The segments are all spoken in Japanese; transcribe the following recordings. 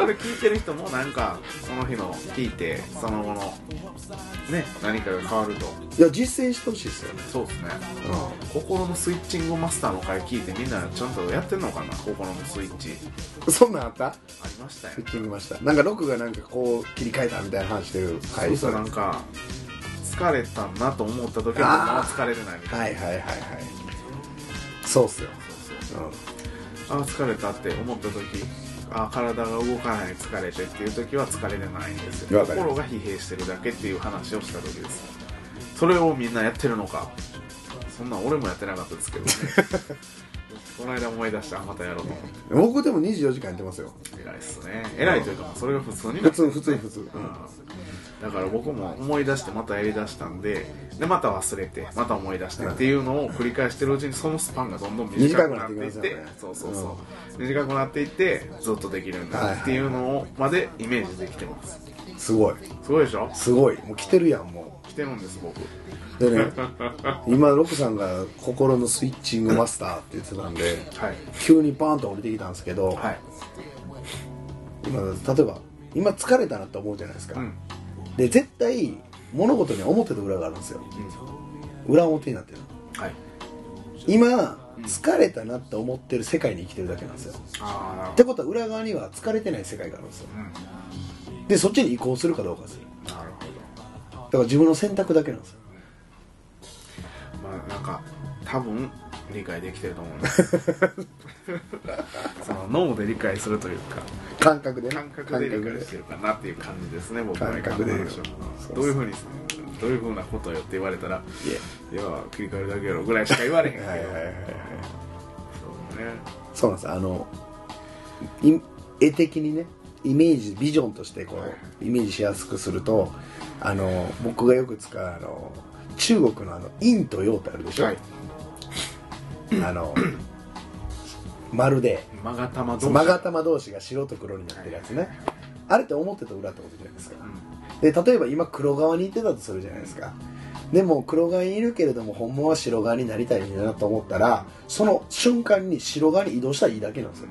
これ聞いてる人もなんかその日の聞いてその後のね何かが変わるといや実践してほしいですよね、そうですね心のスイッチングマスターの回聞いてみんなちゃんとやってんのかな心のスイッチうん、そんなんあったありましたよフィッティングましたなんかロクがなんかこう切り替えたみたいな話してるそはういそうなんか疲れたなと思った時はあーもう疲れてないみたいなはいはいはいはいそうっすよ、そうそううあー疲れたって思った時あー体が動かない疲れてっていう時は疲れてないんですよわかります心が疲弊してるだけっていう話をした時ですそれをみんなやってるのかそんなん俺もやってなかったですけど ねこの間思い出したまたやろうと思っん、僕でも24時間やってますよて偉いっすね偉いというかそれが普通にな普ってる通普通普通、うんうんだから僕も思い出してまたやりだしたんででまた忘れてまた思い出してっていうのを繰り返してるうちにそのスパンがどんどん短くなっていって短くなっていきますよねそうそうそう、短くなっていってずっとできるんだっていうのをまでイメージできてますすごいすごいでしょすごいもう来てるやんも来てるんです僕うで ね今ロクさんが心のスイッチングマスターって言ってたんではい急にパーンと降りてきたんですけど、はい今例えば今疲れたなって思うじゃないですか、うんで絶対物事には表と裏があるんですよ裏表になってるはい今疲れたなって思ってる世界に生きてるだけなんですよっああなるほてどことは裏側には疲れてない世界があるんですようんでそっちに移行するかどうかですよなるほどだから自分の選択だけなんですよまあなんか多分理解できてると思います その脳で理解するというか感覚でね感覚で理感解してるかなっていう感じですね僕は感覚で今の話をそうどういうふうにどういうふうなことよって言われたらいえいや切り替えるだけやろぐらいしか言われへんけどはいはいはいはいそうねそうなんですあのい絵的にねイメージビジョンとしてこはいうイメージしやすくするとあの僕がよく使うあの中国のあの陰と陽ってあるでしょ、はいあのまるでまがたま同士勾玉同士が白と黒になってるやつねあれって表と裏ってことじゃないですかうんで例えば今黒側に行ってたとするじゃないですかでも黒側にいるけれども本物は白側になりたいなと思ったらその瞬間に白側に移動したらいいだけなんですよ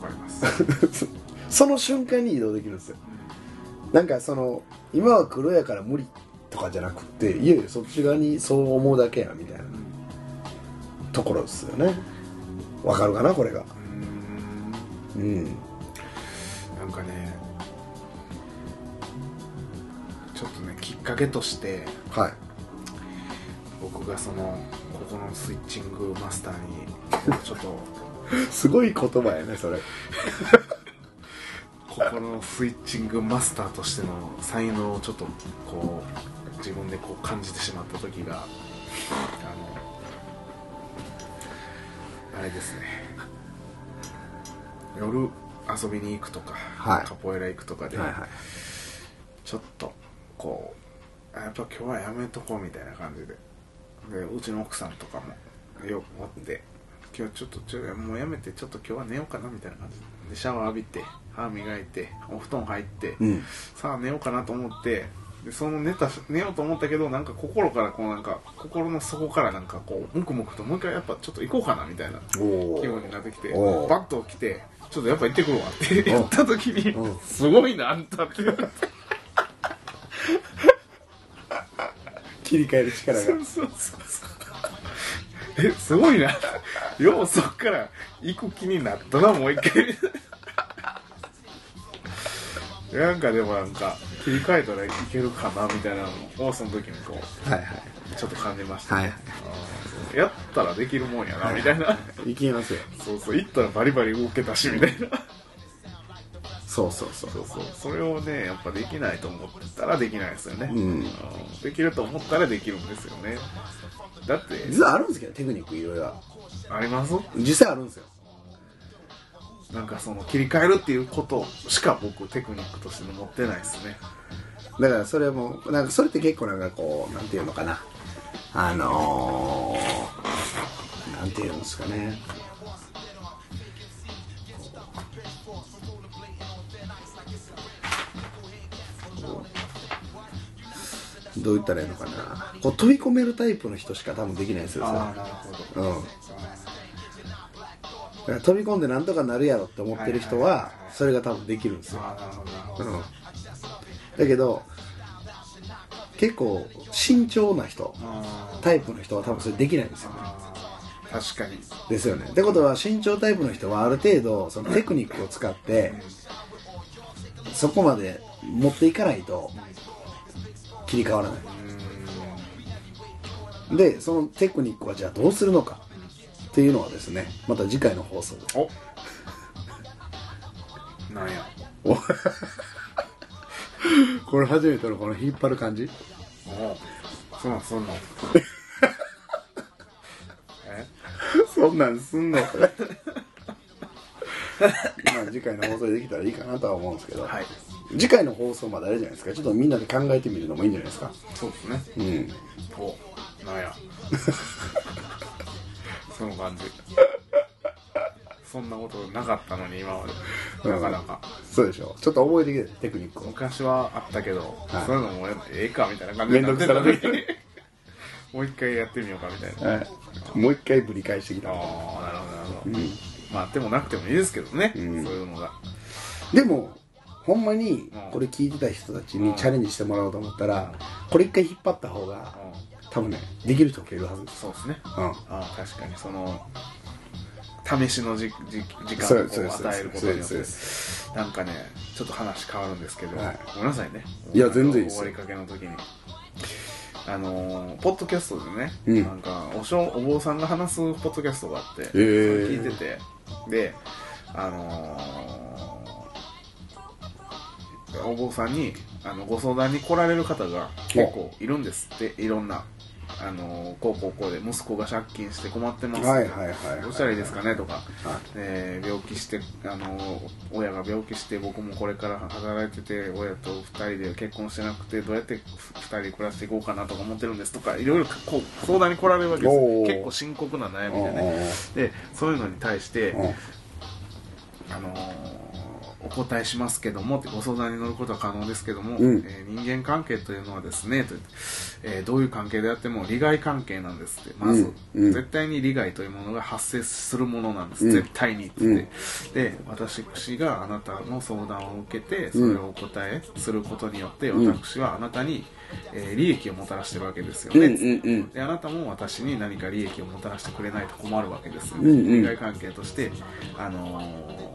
わかりますその瞬間に移動できるんですよなんかその今は黒やから無理とかじゃなくっていやいやそっち側にそう思うだけやみたいなところですよねわかるかなこれがうーんうんなんかねちょっとねきっかけとしてはい僕がそのここのスイッチングマスターにちょっとすごい言葉やねそれ心のスイッチングマスターとしての才能をちょっとこう自分でこう感じてしまった時があのあれですね夜遊びに行くとか、はいカポエラ行くとかで、はいはいちょっとこうあやっぱ今日はやめとこうみたいな感じででうちの奥さんとかもよくおって今日ちょっとちょもうやめてちょっと今日は寝ようかなみたいな感じでシャワー浴びて歯磨いてお布団入って、うんさあ寝ようかなと思ってでその寝た寝ようと思ったけどなんか心からこうなんか心の底からなんかこうムクムクともう一回やっぱちょっと行こうかなみたいなおお気分になってきてバおうッと起きてちょっとやっぱ行ってくるわって言った時にうんすごいなあんたって言われて切り替える力そうそうそう そうえすごいなようそっから行く気になったなもう一回なんかでもなんか切り替えたらいけるかなみたいなのをその時にこうはいはいちょっと感じました、はいうんやったらできるもんやなみたいな行きますよそうそう行ったらバリバリ動けたしみたいなそうそうそうそうそうそれをねやっぱできないと思ったらできないですよね、うんできると思ったらできるんですよねだって実はあるんですけどテクニックいろいろあります実際あるんですよなんかその切り替えるっていうことしか僕テクニックとして持ってないですねだからそれもなんかそれって結構なんかこうなんていうのかなあのー、なんていうんですかねどう言ったらいいのかなこう飛び込めるタイプの人しか多分できないですよそれなるほどうんから飛び込んでなんとかなるやろって思ってる人はいはいははいはいそれが多分できるんですよ、ああなるほどなるほうど、ん、だけど結構慎重な人あータイプの人は多分それできないんですよあー確かにですよねってことは身長タイプの人はある程度そのテクニックを使ってそこまで持っていかないと切り替わらないでそのテクニックはじゃあどうするのかっていうのはですねまた次回の放送でおなんや これ初めてのこの引っ張る感じおうそんなん そんなんえそんなんすんのま あ次回の放送でできたらいいかなとは思うんですけど、はい次回の放送まであれじゃないですかちょっとみんなで考えてみるのもいいんじゃないですかそうですねうんおなん やその感じそんなことなかったのに今までなかなかそうでしょちょっと覚えてきてテクニックを昔はあったけど、はいそういうのもうええかみたいな感じになってたのめにんどくさなもう一回やってみようかみたいなはい、もう一回ぶり返してきたああなるほどなるほど、まああってもなくてもいいですけどね、んそういうのがでもほんまにこれ聞いてた人たちにチャレンジしてもらおうと思ったらこれ一回引っ張った方がうん多分ねできる人がいるはずですそうですねうんああ確かにその試しのじじ時間そをうです与えることによっそてうですなんかねちょっと話変わるんですけど、はいごめんなさいねいや全然いいです終よわりかけの時にあのーポッドキャストでね、うんなんかおしょお坊さんが話すポッドキャストがあって、それー聞いててであのーお坊さんにあのご相談に来られる方が結構いるんですっていろんな、あのーこうこうこうで息子が借金して困ってますって、はいはいはいどうしたらいいですかねとか、はえー病気してあの親が病気して僕もこれから働いてて親と2人で結婚してなくてどうやって2人で暮らしていこうかなとか思ってるんですとかいろいろこう相談に来られるわけですおー結構深刻な悩みでねうでそういうのに対して、んうんうんあのーお答えしますけどもってご相談に乗ることは可能ですけども、うんえー人間関係というのはですねと言って、えーどういう関係であっても利害関係なんですってまず、うんうん絶対に利害というものが発生するものなんです、うん絶対にって言って、で私があなたの相談を受けてそれをお答えすることによってうん私はあなたに、えー利益をもたらしてるわけですようんね、うんであなたも私に何か利益をもたらしてくれないと困るわけです、んうん利害関係として、あの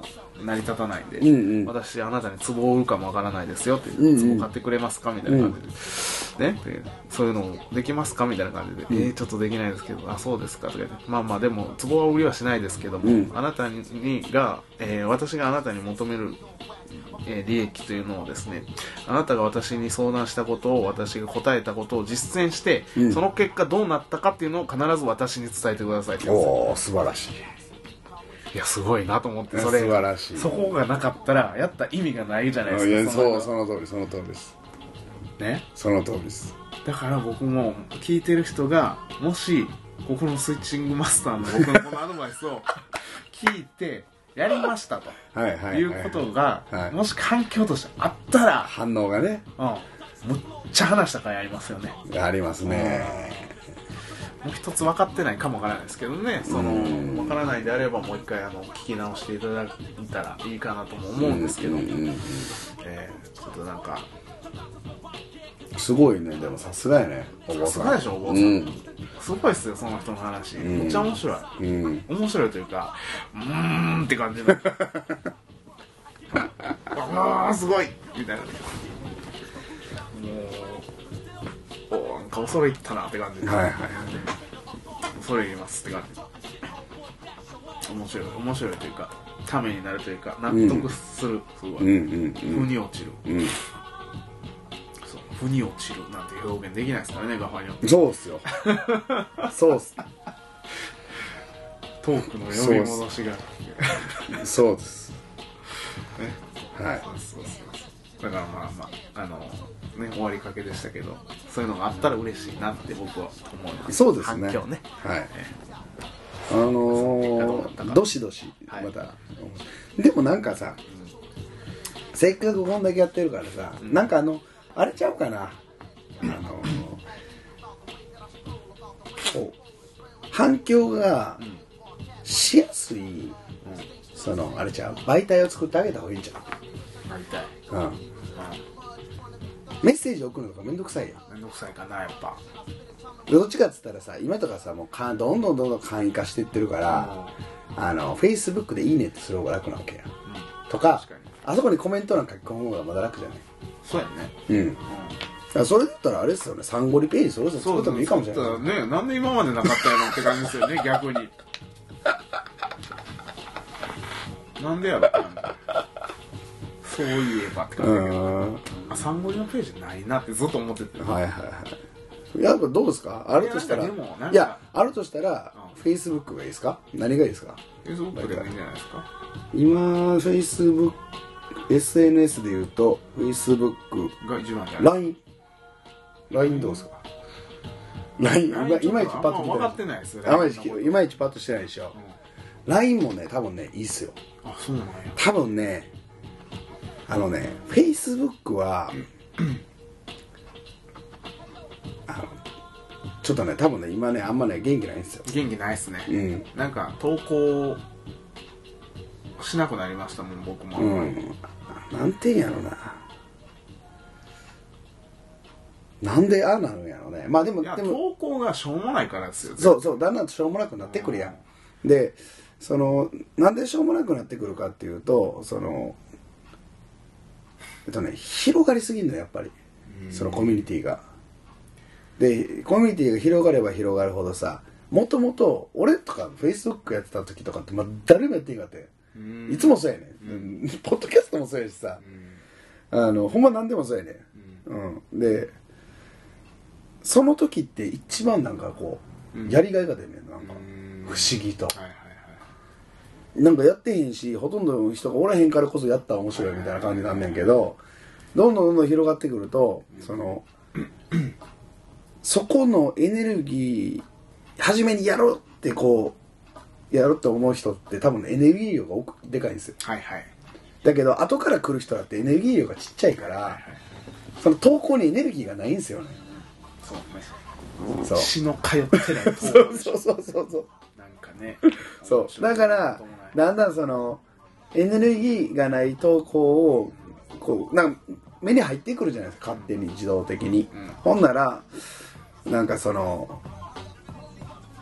ー成り立たないんで、うんうん私あなたに壺を売るかもわからないですよって、んうん壺買ってくれますかみたいな感じで,、ね、でそういうのできますかみたいな感じで、えーちょっとできないですけどあそうですかとか言ってまあまあでも壺は売りはしないですけども、うんあなたにが、えー私があなたに求めるえー利益というのをですねあなたが私に相談したことを私が答えたことを実践して、うんその結果どうなったかっていうのを必ず私に伝えてくださいって言うんですよおお素晴らしいいやすごいなと思っていやそれ素晴らしいそこがなかったらやった意味がないじゃないいでやすかそのうその通りその通りですねその通りですだから僕も聞いてる人がもしここのスイッチングマスターの僕のこのアドバイスを 聞いてやりましたとはいはいいはういことが、はいもし環境としてあったら、反応がねうん、むっちゃ話したからやりますよねありますねもう一つ分かってないかもわからないですけどねそのうん分からないであればもう一回あの聞き直していただいたらいいかなとも思うんですけど、うんうんうんえーちょっとなんかすごいねでもさすがやねお坊さんさすがでしょお坊さんうんすごいっすよその人の話、んめっちゃ面白いうん面白いというかうーんって感じのああすごいみたいなもうおーなんか恐れ入ったなって感じではいはい恐れ入りますって感じ面白い面白いというかためになるというか納得する、すごうい、んうんう腑んに落ちるうそう腑に落ちるなんて表現できないですからねガファによってんそうっ すよそうっすトークの呼び戻しがそうですねはいそうそうそうだからまあまああのね終わりかけでしたけどそういうのがあったら嬉しいなって僕は思いますそうですね反響ねはいあのー、どしどしまはいた、でもなんかさせっかくこんだけやってるからさ、なんかあのあれちゃうかなあのーこう反響がしやすいうんそのあれちゃう媒体を作ってあげた方がいいんちゃなりたい、う、うん、うメッセージ送るのとかめんどくさいやんん、めんどくさいかなやっぱどっちかっつったらさ今とかさもうかどんどんどんどん簡易化していってるから、あのフェイスブックで「いいね」ってする方が楽なわけやんうん、とか確かにあそこにコメントなんか書き込む方がまだ楽じゃないそうやねうんだからそれだったらあれですよねサンゴリページそれぞれそ作うってもいいかもしれないそうだねなんで今までなかったやろって感じですよね逆になんでやろって感じそういえばってう感じ、ーんあサンゴリのページないなってずっと思っててはいはいはいやっぱどうですかあるとしたらいやなんかでもなんかいやあるとしたらうんフェイスブックがいいですか何がいいですか Facebook でもいいんじゃないですか今フェイスブック SNS で言うとフェイスブックが一番じゃない LINELINE どうですか LINE 今ちょっといまいちパッとあんま分かっ来ててないですよないいまいちいまいちパッとしてないでしょうん LINE もね多分ねいいっすよあそうなんや多分ねあのねフェイスブックはあのちょっとね多分ね今ねあんまね元気ないんですよ元気ないっすね、うんなんか投稿しなくなりましたもん僕も、うんなんて言うんやろななんでああなるんやろねまあでもいやでも投稿がしょうもないからですよそうそうだんだんしょうもなくなってくるやん、でそのなんでしょうもなくなってくるかっていうとそのえっとね広がりすぎるのやっぱりそのコミュニティがでコミュニティが広がれば広がるほどさもともと俺とかフェイスブックやってた時とかって、まあ、誰もやっていかって、うんいつもそうやね、ん、ポッドキャストもそうやしさ、あのほんま何でもそうやね、うんでその時って一番なんかこう、うんやりがいが出んねんなんか、うん不思議とはいはいなんかやってへんしほとんどの人がおらへんからこそやったら面白いみたいな感じになんねんけどどんどんどんどん広がってくるとその そこのエネルギー初めにやろうってこうやろうって思う人って多分ねエネルギー量が多くでかいんですよはいはいはいだけど後から来る人だってエネルギー量がちっちゃいからその投稿にエネルギーがないんですよねそうねそう血の通ってない投稿そうそうそうそうそうなんかねそうだからなだんだんそのエネルギーがない投稿をこうなんか目に入ってくるじゃないですか勝手に自動的に、うんほんならなんかその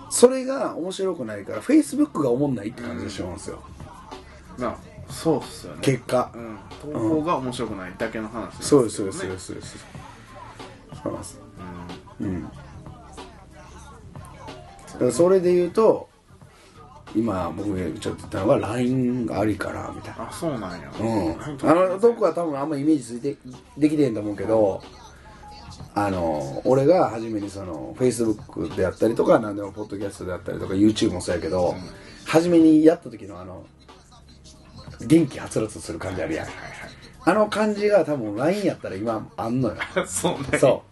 それが面白くないからフェイスブックがおもんないって感じがしまうんですよ、なそうっすよね結果、うん投稿が面白くないだけの話なんそうですけそうどでねすそうですそうですそうなんですうんうんだからそれで言うと今僕がちょっと言ったのが LINE がありかなみたいなあそうなんやうん、はいあの僕は多分あんまイメージついてできてへんと思うけど、あの俺が初めにその Facebook であったりとか何でもポッドキャストであったりとか YouTube もそうやけど、初めにやった時のあの元気はつらつとする感じあるやんあの感じが多分 LINE やったら今あんのよそうねそ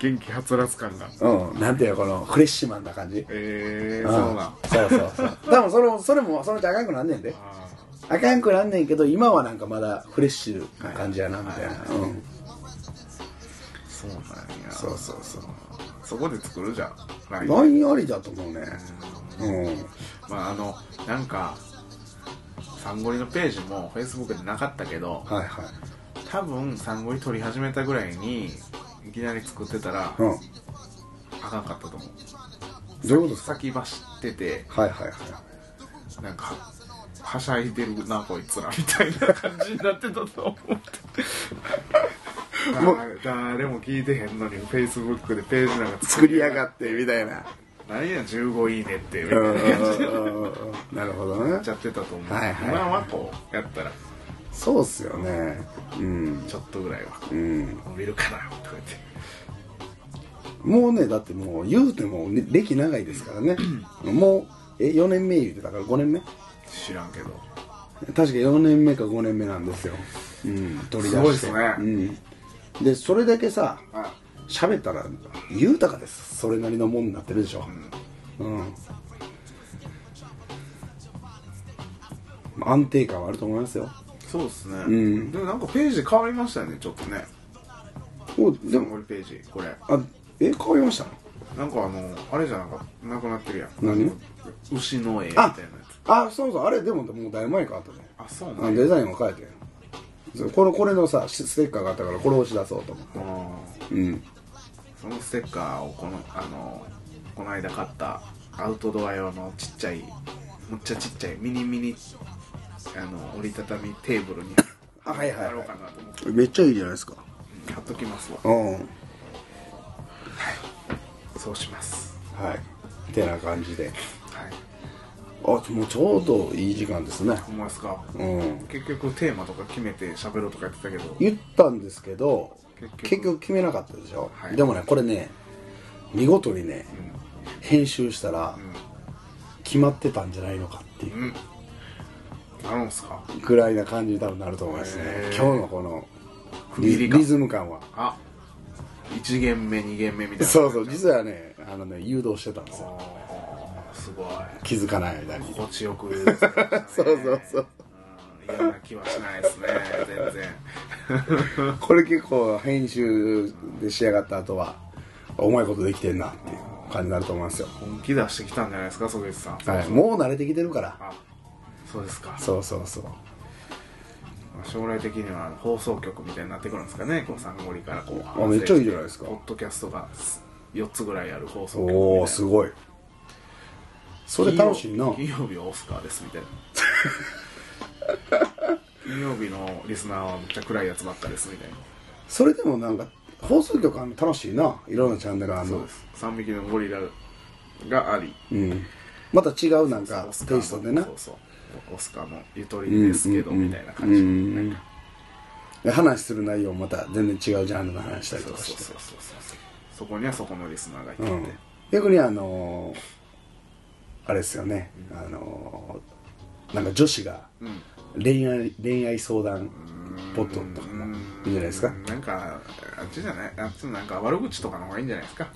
元気はつらつ感がううんなんていうのこのフレッシュマンな感じえうー、んそうなんそうそうそう多分それもそれもそのうちあかんくなんねんでああかんくなんねんけど今はなんかまだフレッシュな感じやなみたいな、うんーそうなんやそうそうそうそこで作るじゃんライブ LINE ありだと思うねうんまああのなんかサンゴリのページも Facebook でなかったけどはいはい多分サンゴリ撮り始めたぐらいにいきなり作ってたらうんあかんかったと思うどういうことですか先走っててはいはいはいなんかはしゃいでるなこいつらみたいな感じになってたと思ってもう誰誰も聞いてへんのに Facebook でページなんか作りやがってみたいな何や15いいねってみたういんうなんうんうんうんなるほどやねっちゃってたと思う、はいはい今はこうやったらそうっすよねうんちょっとぐらいはうん伸びるかなとか言ってもうねだってもう言うてもね歴長いですからねもうえ4年目言うてたから5年目知らんけど確か4年目か5年目なんですようん取り出してすごいっすねうん、でそれだけさあ喋ったら豊かですそれなりのもんになってるでしょうん、安定感はあると思いますよそうですね、んでもなんかページ変わりましたよねちょっとねおででももページこれあえ変わりましたなんかあのあれじゃなかなくなってるやん何牛の絵みたいなやつあそうそうあれでももうだいぶ前からあったねあそうあなんやデザインは変えてそうこのこれのさスステッカーがあったからこれを押し出そうと思っあてーうんそのステッカーをこのあのこの間買ったアウトドア用のちっちゃいむっちゃちっちゃいミニミニあの折りたたみテーブルにあはいはいはいやろうかなと思ってめっちゃいいじゃないですか貼っときますわうんはそうしますいてな感じではいあもうちょうどいい時間ですね思いますかうん結局テーマとか決めて喋ろうとか言ってたけど言ったんですけど結局結局決めなかったでしょ、はいでもねこれね見事にね編集したら決まってたんじゃないのかっていううんなるんすかぐらいな感じに多分なると思いますねへー今日のこの区切リり感リズム感はあ一1弦目2弦目みたいなそうそう実はねあのね誘導してたんですよあーすごい気づかない間に心地よく言うてましたね そうそうそううん嫌な気はしないですね全然これ結構編集で仕上がった後はうまいことできてんなっていう感じになると思いますよ、本気出してきたんじゃないですか曽口さんはい、もう慣れてきてるからあそうですかそうそうそう将来的には放送局みたいになってくるんですかねこうサンゴリからこうあめっちゃいいじゃないですかポッドキャストが4つぐらいある放送局みたいなおおすごいそれ楽しいな金曜日はオスカーです みたいな金曜日のリスナーはめっちゃ暗いやつばっかですみたいなそれでもなんか放送局あんの楽しいないろんなチャンネルあんそうのです3匹のゴリラがありうんまた違うなんかオスカーテのイストでなそうそうオスカーのゆとりですけどみたいな感うじんうんで話する内容もまた全然違うジャンルの話したりそとうかそうしそてうそうそうそこにはそこのリスナーがいてうん逆にあのーあれですよねあのーなんか女子がうん恋愛恋愛相談ポッドとかうもんいいんじゃないですかなんかあっちじゃないあっちのなんか悪口とかの方がいいんじゃないですか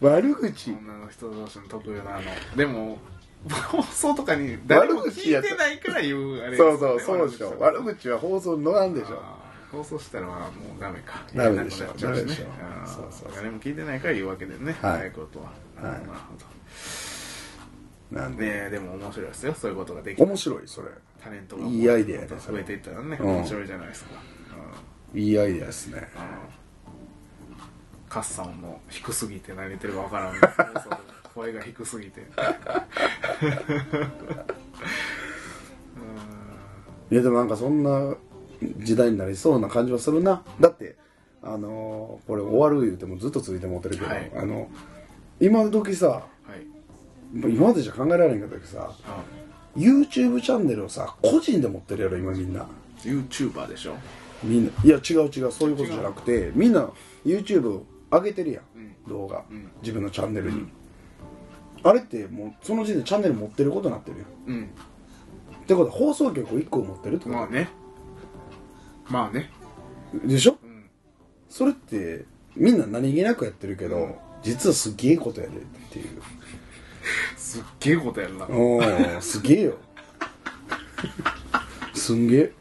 悪口女の人同士の特有なあのでも放送とかに誰も聞いてないから言うあれそうそうそうでしょ悪口口は放送に乗らんでしょ放送したらまあもうダメかダメでしょなくなっちゃうダメでしねょうんそうそうそう誰も聞いてないから言うわけでねはいああいうことははいなるほなんどねえでも面白いですよそういうことができる面白いそれタレントがいいアイデアです増えていったらねうん面白いじゃないですかいいアイデアですねうんうんカッサンも低すぎて何言ってるかわからん 放送で声が低すぎていやでもなんかそんな時代になりそうな感じはするなだってあのーこれ終わる言うてもずっと続いて持ってるけど、はいあの今時さはい今までじゃ考えられへんかったけどさ YouTube チャンネルをさ個人で持ってるやろ今みんなユーチューバーでしょみんないや違う違うそういうことじゃなくてみんな YouTube 上げてるやん、動画、自分のチャンネルに、あれってもうその時点でチャンネル持ってることになってるやんっうんてことは放送局を1個持ってるってことまあねまあねでしょ、んそれってみんな何気なくやってるけど、うん実はすげえことやでっていうすっげえことやるなおお すげえよすんげえ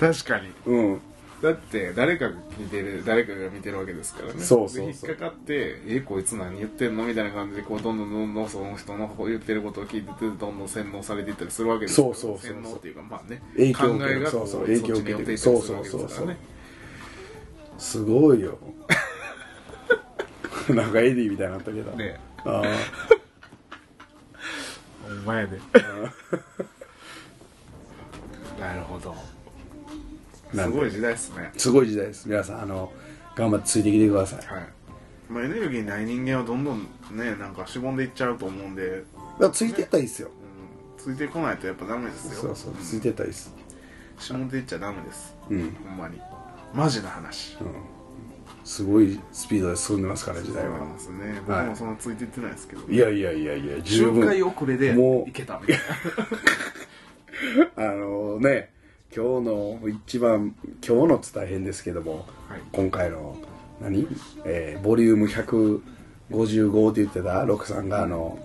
確かにうんだって誰かが聞いてる誰かが見てるわけですからねそうそうそうで引っかかって「えこいつ何言ってんの?」みたいな感じでこうどんどんどんどんその人の言ってることを聞いててどんどん洗脳されていったりするわけですからそうそうそうそう洗脳っていうかまあね影響を考受けえるがそうそうこ影響を受けてるそっちに寄っていったりするわけですからねすごいよ なんかエディみたいになったけど、ねああお前で なるほどなすんでごい時代ですねすごい時代です皆さんあの頑張ってついてきてくださいはい、まあ、エネルギーない人間はどんどんねなんかしぼんでいっちゃうと思うんで、うん、だからついてったらいいっすよついてこないとやっぱダメですそようそうついてったらいいっすしぼんでいっちゃダメです、うんほんまにマジな話すごいスピードで進んでますから時あ代りはますね僕はいもそんなついていってないですけど、いやいやいやいや十周分回遅れでもいけたみたいなうあのね今日の一番今日のって大変ですけども、はい今回の何、えーボリューム155って言ってた六さんがあの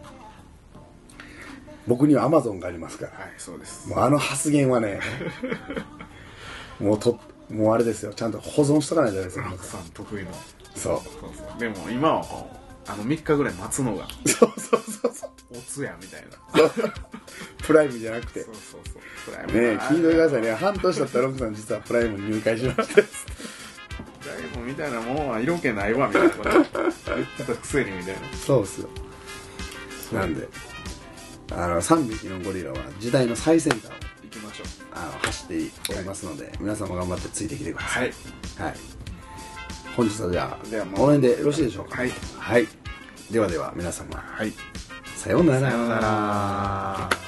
僕にはアマゾンがありますから はいそうですもうあの発言はねもうともうあれですよちゃんと保存しとかないとダメですよ奥さん得意のそそううそうでも今はこうあの3日ぐらい待つのがそうそうそうそうおつやみたいなプライムじゃなくてそうねそうそうプライえム聞いといてくださいね半年だったら奥さん実はプライムに入会しましたプライムみたいなもんは色気ないわみたいなこと言ってたくせにみたいなそうっすよなんであの3匹のゴリラは時代の最先端を行きましょうあの走っておりますので、皆さんも頑張ってついてきてくださはいい、はい本日はじゃあではもうこの辺でよろしいでしょうかはい、はい、ではでは皆様はいさようならさようなら